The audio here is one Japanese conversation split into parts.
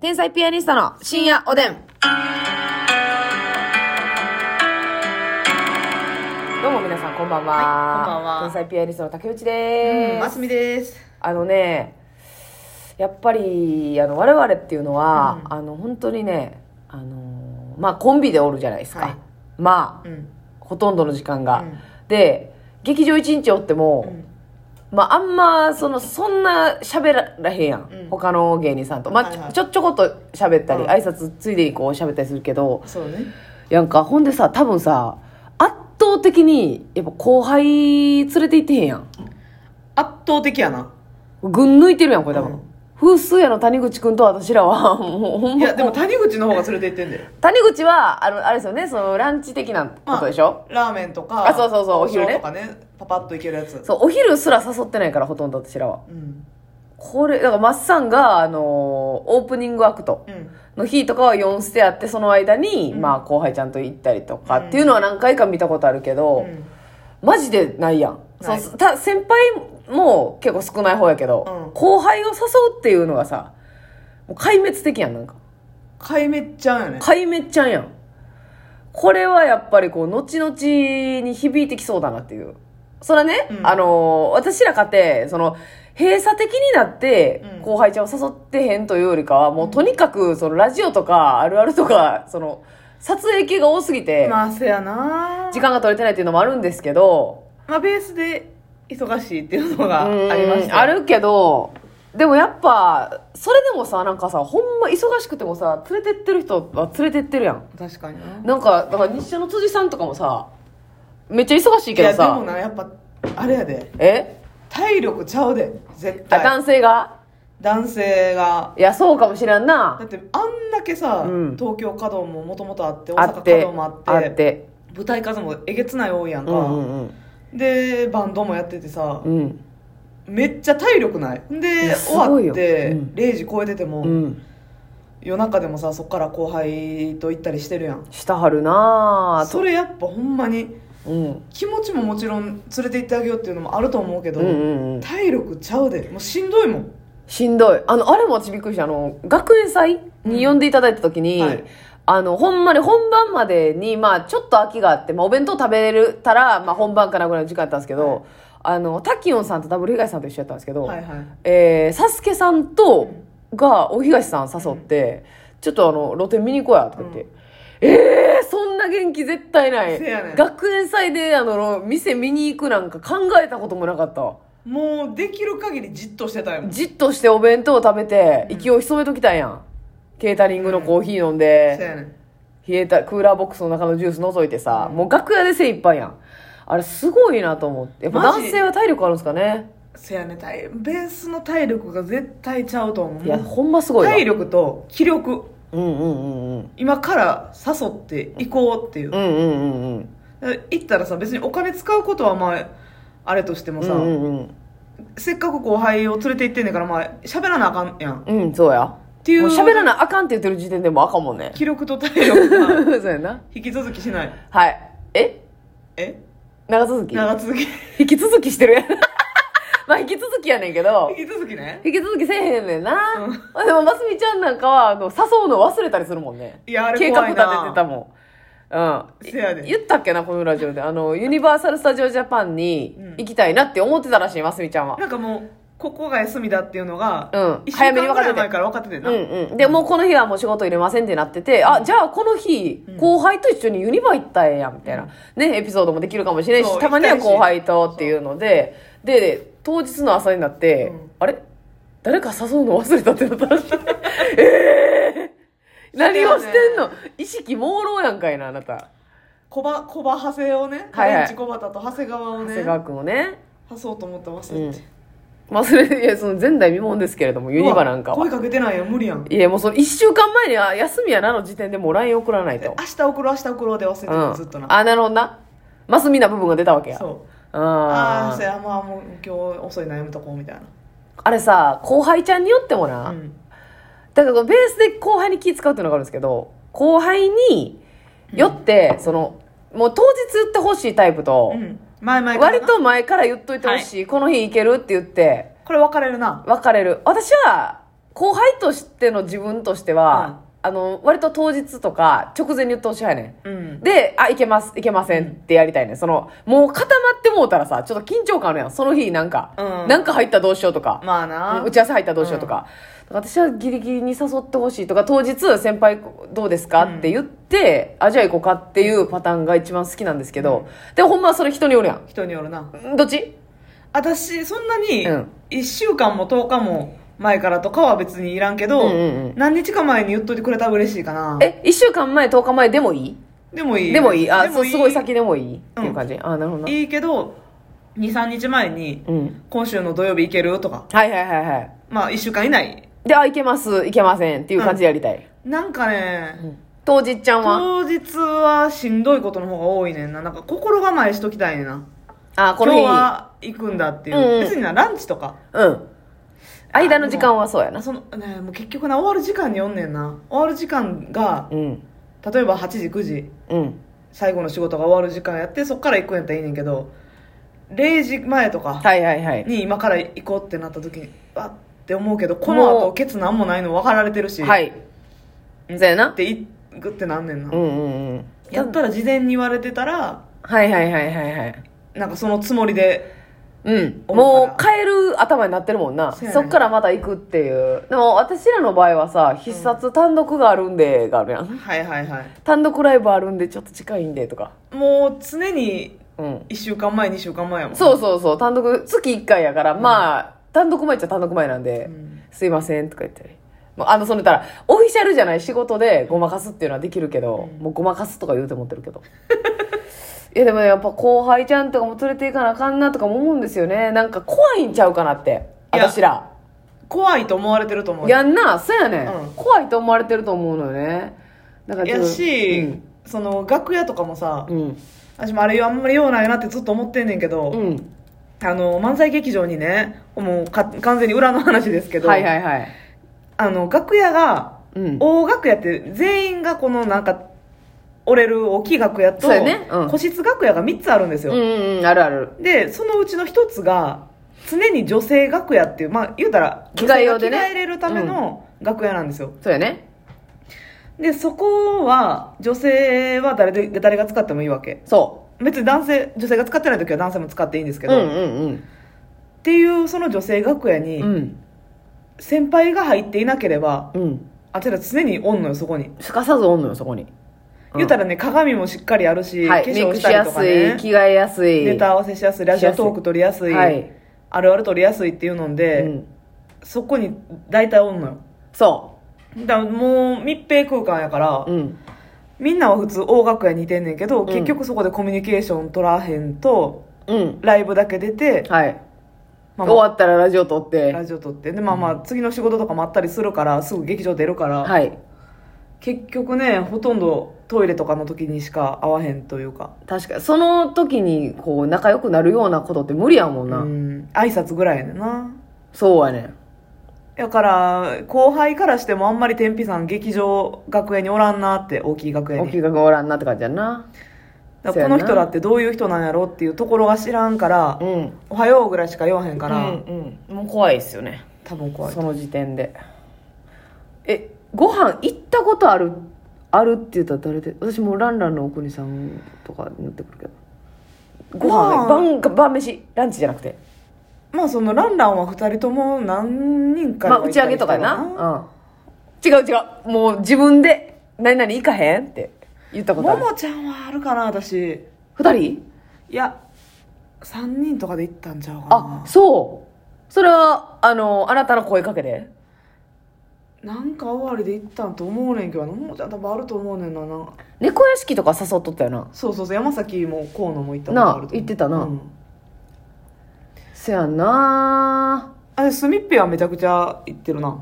天才ピアニストの深夜おでん。どうも皆さんこんばんは。はいこんばんは天才ピアニストの竹内です。ますみです。あのね、やっぱり、あの、我々っていうのは、あの、本当にね、あの、まあ、コンビでおるじゃないですか。はいまあ、うん。ほとんどの時間が。うんで、劇場一日おっても、まあ、あんま、その、そんな喋らへんやん。うん他の芸人さんと。まあ、はいはいちょ、ちょこっと喋ったり、うん挨拶ついでにこう喋ったりするけど、そうね。やんか、ほんでさ、多分さ、圧倒的に、やっぱ後輩連れて行ってへんやん。圧倒的や な。群抜いてるやん、これ多分。うん風水屋の谷口くんと私らは、 もうほんいまや、でも谷口の方が連れて行ってんだよ。谷口は、あの、あれですよね、その、ランチ的なことでしょ、ラーメンとか。あそうそうそうお昼ねとかね、パパッといけるやつ。そう、お昼すら誘ってないから、ほとんど私らは。うん。これ、だから、マッサンが、あのーオープニングアクトうん。の日とかは4ステあって、その間に、うんまあ、後輩ちゃんと行ったりとかっていうのは何回か見たことあるけど、うんマジでないやん。ないそうた先輩も結構少ない方やけど、うん後輩を誘うっていうのがさ、もう壊滅的やん、なんか。買いめっちゃうよね。壊滅ちゃんやん。これはやっぱりこう、後々に響いてきそうだなっていう。それはね、うんあのー私らかて、その、閉鎖的になってう、ん後輩ちゃんを誘ってへんというよりかは、もうとにかく、その、ラジオとか、あるあるとか、その、撮影系が多すぎて、まあ、せやな。時間が取れてないっていうのもあるんですけど、まあ、ベースで忙しいっていうのがうんありました。あ。るけど、でもやっぱ、それでもさ、なんかさ、ほんま忙しくてもさ、連れてってる人は連れてってるやん。確かになな。んか、だから日射の辻さんとかもさ、めっちゃ忙しいいけどや、でもさ、な、やっぱ、あれやで。え体力ちゃうで。絶あ、対。男性が男性が。いや、そうかもしれんだなっ。て、あんだけさ、うん東京稼働ももともとあって、あ大阪っ稼て働もあっ、て。あって。舞台数もえげつない多いやんうか、んうんでバンドもやっててさう、ん。うん。めっちゃ体力ないいやですごい終わよってうん0時超えてても、うん。夜中でもさそっから後輩と行ったりしてるやんしたはるなぁそれやっぱほんまにと。うん。気持ちももちろん連れて行ってあげようっていうのもあると思うけど、うんうんうん。体力ちゃうでもうしんどいもんしんどい。あの、あれも私びっくりした。あの、学園祭に呼んでいただいた時に、うんはいあの、ほんまに本番までに、まあ、ちょっと空きがあって、まあ、お弁当食べれるたら、まあ、本番かなぐらいの時間だったんですけど、あの、タキヨンさんとダブル東さんと一緒やったんですけど、はいはいえー、サスケさんと、が、お東さん誘って、ちょっとあの、露店見に行こうや、とか言って。うえー、そんな元気絶対ない。せやねん学園祭で、あの、店見に行くなんか考えたこともなかったわ。もうできる限りじっとしてたよじっとしてお弁当食べて、息を潜めときたいやん。ケータリングのコーヒー飲んそうで、やねん冷えた、クーラーボックスの中のジュース覗いてさ、うんもう楽屋で精一杯やん。あれすごいなと思って。やっぱマジ男性は体力あるんですかね。せやねん体ベースの体力が絶対ちゃうと思ういや、ほんますごいわ。体力と気力うんうんうんうん。今から誘って行こうっていう、うんうんうんうん。行ったらさ別にお金使うことはまああれとしてもさ、うんうんせっかく後輩を連れて行ってんねんからまあ喋らなあかんやんっうん、うん、そうや。もていうう喋らなあかんって言ってる時点でもうあかんもんね。 気力と体力がそうやな。引き続きしないはい。ええ長続き長続き 引き続きしてるやん。 まあ引き続きやねんけど引、き続きね引き続きせえへんねんな。うんあでも、ますみちゃんなんかは、あの、誘うの忘れたりするもんね。いやあれ計画怖い立なててたもん。うん。せやで言ったっけな、このラジオで。あの、ユニバーサル・スタジオ・ジャパンにうん行きたいなって思ってたらしい、ますみちゃんは。なんかもうここが休みだっていうのが、うん一早めに週分間ぐかってらてい前から分かっててんな、うんうん、でもうこの日はもう仕事入れませんってなってて、あじゃあこの日後輩と一緒にユニバ行ったらええやんみたいな、ねエピソードもできるかもしれんそしうたまには行きたいし後輩とっていうのでで当日の朝になって、うんあれ誰か誘うの忘れたってな ったらしいええ何をしてんの、意識朦朧やんかいなあなた小葉小葉長谷をね、はいはいカレンチ小畑と長谷川を長ね谷川君をね、はそうと思ってますうん、忘れいやその前代未聞ですけれどもユニバなんか声はかけてないよ無理やんいやもうその1週間前には休みやなの時点でもう LINE 送らないと明日送ろう明日送ろうで忘れてうたん、ずっとなあなるほどなマスミな部分が出たわけやそうあああそーやまあもう今日遅いなやめとこうみたいなあれさ後輩ちゃんによってもな、うんだからベースで後輩に気使うっていうのがあるんですけど後輩によって、そのもう当日言ってほしいタイプと、うん前々からな割と前から言っといてほしい、この日行けるって言ってこれ別れるな別れる私は後輩としての自分としては、あの割と当日とか直前に言ってほしいやねん、うんであいけますいけませんってやりたいねんそのもう固まってもうたらさちょっと緊張感あるやんその日なんか、うんなんか入ったらどうしようとか、まあな打ち合わせ入ったらどうしようとか,、私はギリギリに誘ってほしいとか当日先輩どうですかって言って、あじゃあ行こうかっていうパターンが一番好きなんですけど、でもほんまはそれ人によるやん人によるなんどっち私そんなにうん1週間も10日も前からとかは別にいらんけど、うんうんうん何日か前に言っといてくれたら嬉しいかなえ1週間前10日前でもいいでもいいでもいいあでもいいすごい先でもいい、っていう感じあなるほどないいけど23日前にうん今週の土曜日行けるとかはいはいはいはいまあ1週間以内であいけますいけませんっていう感じでやりたい、なんかね、当日ちゃんは当日はしんどいことの方が多いねんななんか心構えしときたいねんなあこ今の日日は行くんだっていう、うんうん別になランチとかうん間の時間はそうやなその、ね、もう結局な終わる時間によんねんな終わる時間がうん例えば8時9時うん最後の仕事が終わる時間やってそっから行くんやったらいいねんけど0時前とかはいはいはいに今から行こうってなった時にわって思うけどこのも後うケツなんもないの分かられてるし、はいそうやなっていくってなんねんな、うんうんうんやったら事前に言われてたらはいはいはいはいはいなんかそのつもりでうん、思もううか変える頭になってるもんなそうやねそっからまた行くっていうでも私らの場合はさ必殺単独があるんでがあるやん、はいはいはい単独ライブあるんでちょっと近いんでとかもう常にうん1週間前2週間前やもんそうそうそう単独月1回やから、まあ単独前っちゃ単独前なんで、んすいませんとか言ったりもうあのその言ったらオフィシャルじゃない仕事でごまかすっていうのはできるけど、もうごまかすとか言うと思ってるけど いやでもねやっぱ後輩ちゃんとかも連れていかなあかんなとかも思うんですよねなんか怖いんちゃうかなっていや私ら怖いと思われてると思うよやんなそうやね、うんん、怖いと思われてると思うのよねだからちょっやとし、うんその楽屋とかもさ、うん私もあれあんまりようないなってずっと思ってんねんけど、うんあの漫才劇場にねもうか完全に裏の話ですけど、はいはいはいあの楽屋が、うん大楽屋って全員がこのなんか折れる大きい楽屋と、そうやねうん個室楽屋が3つあるんですうよ、んうんうんあるあるでそのうちの1つが常に女性楽屋っていうまあ言うたら着替え用でね女性が着替えれるための楽屋なんですよ、そうやねでそこは女性は誰で誰が使ってもいいわけそ別に男性女性が使ってない時は男性も使っていいんですうけど、うんっうんていうその女性楽屋に、うんうん先輩が入っていなければうんあちら常におんのよそこに、すかさずおんのよそこに言うたらね鏡もしっかりあるし、はい、化メイ粧クししたりやとすかい、ね着替えやすい。ネタ合わせしやすいラジオトーク取りやすいはい。あるある取りやすいっていうのうで、ん。そこに大体おんのよそだからもう密閉空間やから、う。うん。みんなは普通大楽屋にいてんねんけど、ん結局そこでコミュニケーション取らへんとうん。ライブだけ出て、はい。まあ終わったらラジオ撮っラて。ジオ撮ってでまあまあ次の仕事とかもあったりするからすぐ劇場出るから、はい。結局ねほとんどトイレとかの時にしか会わへんというか確かに、その時に、こう、仲良くなるようなことって無理やもんうな。ん挨拶ぐらいやねんなそうやねん。だから後輩からしてもあんまり天日さん劇場学園におらんなって大きい学園おに気がおらんなって感じやな。だからこの人だってどういう人なんやろっていうところが知らんから、うん。おはようぐらいしか言わへんか、からら、もう怖いですよね。多分怖いその時点で。え、ご飯行ったことあるあるって言ったら誰で私もうランランの奥にさんとかになってくるけど。ご飯、ご晩、晩飯、ランチじゃなくて。まあそのランランは2人とも何人かまあ、が打いちた上りげしたとからやな、うん、違う違うもう自分で「何々行かへん?」って言ったことあるももちゃんはあるかな私2人いや3人とかで行ったんちゃうかあなそうそれはあのあなたの声かけでなんか終わりで行ったんと思うねんけどなももちゃん多分あると思うねんななんか猫屋敷とか誘っとったよなそうそうそう山崎も河野も行ったこなとああると思う行ってたなうんせやんなあれスミッピはめちゃくちゃ行ってるな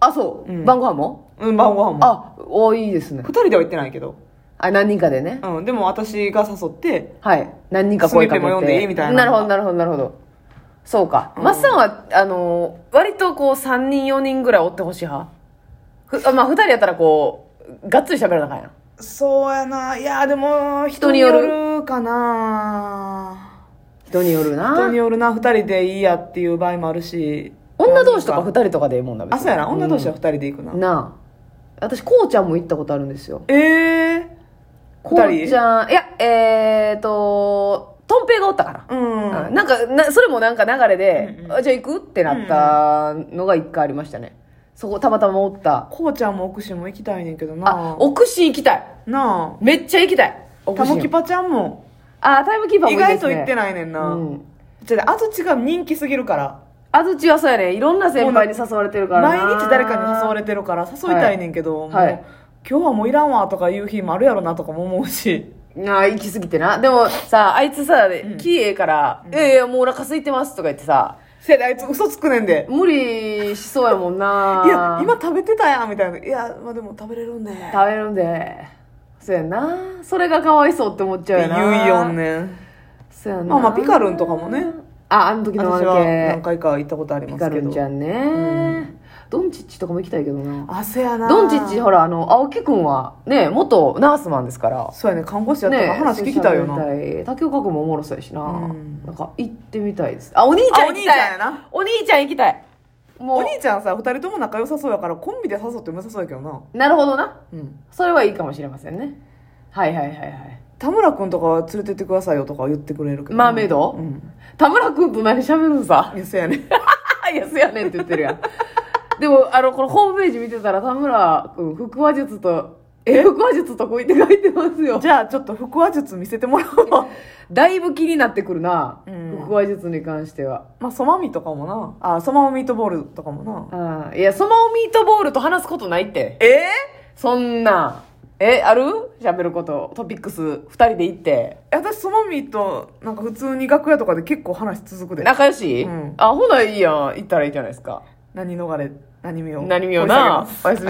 あそう、うん晩ご飯もうん晩ご飯もあおいいですね2人では行ってないけど、あ何人かでね、うん、でも私が誘ってはい何人か声かけスニッペもて読んでいいみたいななるほどなるほどなるほどそうか、うんマッサンはあの割とこう3人4人ぐらいおってほしい派ふあまあ2人やったらこうがっつり喋らなあかんやんそうやないやでも人人にによよるるかな人によるな人によるな2人でいいやっていう場合もあるし女同士とか2人とかでええもんな別にあそうやな女同士は2人で行くな、なあ私こうちゃんも行ったことあるんですよええこうちゃんいやえーととん平がおったかうら、ん、うんなんかなそれもなんか流れで、うんうんあじゃあ行くってなったのが一回ありましたねそこたまたまおったこうちゃんも奥氏も行きたいねんけどなあ奥新行きたいなめっちゃ行きたいあた奥もき新ぱちゃんもあタイムキーパー意もいいで外す、とね、行っていないねんな、うんじゃああずちが人気すぎるから安土はそうやねいろんな先輩に誘われてるから毎な日誰かに誘われてるから誘いたいねんけど、はいもう今日はもういらんわとかいう日もあるやろなとかも思うし なあ行き過ぎてなでもさあいつさ、んキーええから「いやいやもうお腹空いてます」とか言ってさせやであいつ嘘つくねんで無理しそうやもんないや今食べてたやんみたいないやまあでも食べれるんでって食べるんでそうやなそれがかわいそうって思っちゃう言よなうよんねんそうやなまあまあピカルンとかもねああの時のあ私のは何系回か行ったことありピまカすけルンちゃどんね、ドンチッチとかも行きたいけどなあせやなドンチッチほらあの青木くんはね元ナースマンですからそうやね看護師やったねから話聞きたいよな、そう喋りたい竹岡君もおもろそうやしな、うんなんか行ってみたいですあお兄ちゃん行きたいあお兄ちゃん行きたいもうお兄ちゃんさ2人とも仲良さそうやからコンビで誘っても良さそうやけどななるほどなうんそれはいいかもしれませんねはいはいはいはい田村君とかは連れてってくださいよとかは言ってくれるけどマーメイドうん田村君と何喋るんさいやそうやね いやすやねんって言ってるやんでもあのこのホームページ見てたら田村君腹話術とえ腹話術とこう言って書いてますよじゃあちょっと腹話術見せてもらおうわ だいぶ気になってくるな、うん腹話術に関してはまあソマミとかもなあソマオミートボールとかもなあーいやそまおミートボールと話すことないってええそんな。え、ある喋ること。トピックス、二人で行って。私ソマミーとなんか普通に楽屋とかで結構話続くで仲良し、うんあ、ほないいやん。行ったらいいじゃないですか。何逃れ何見よう何見ような。おやすみ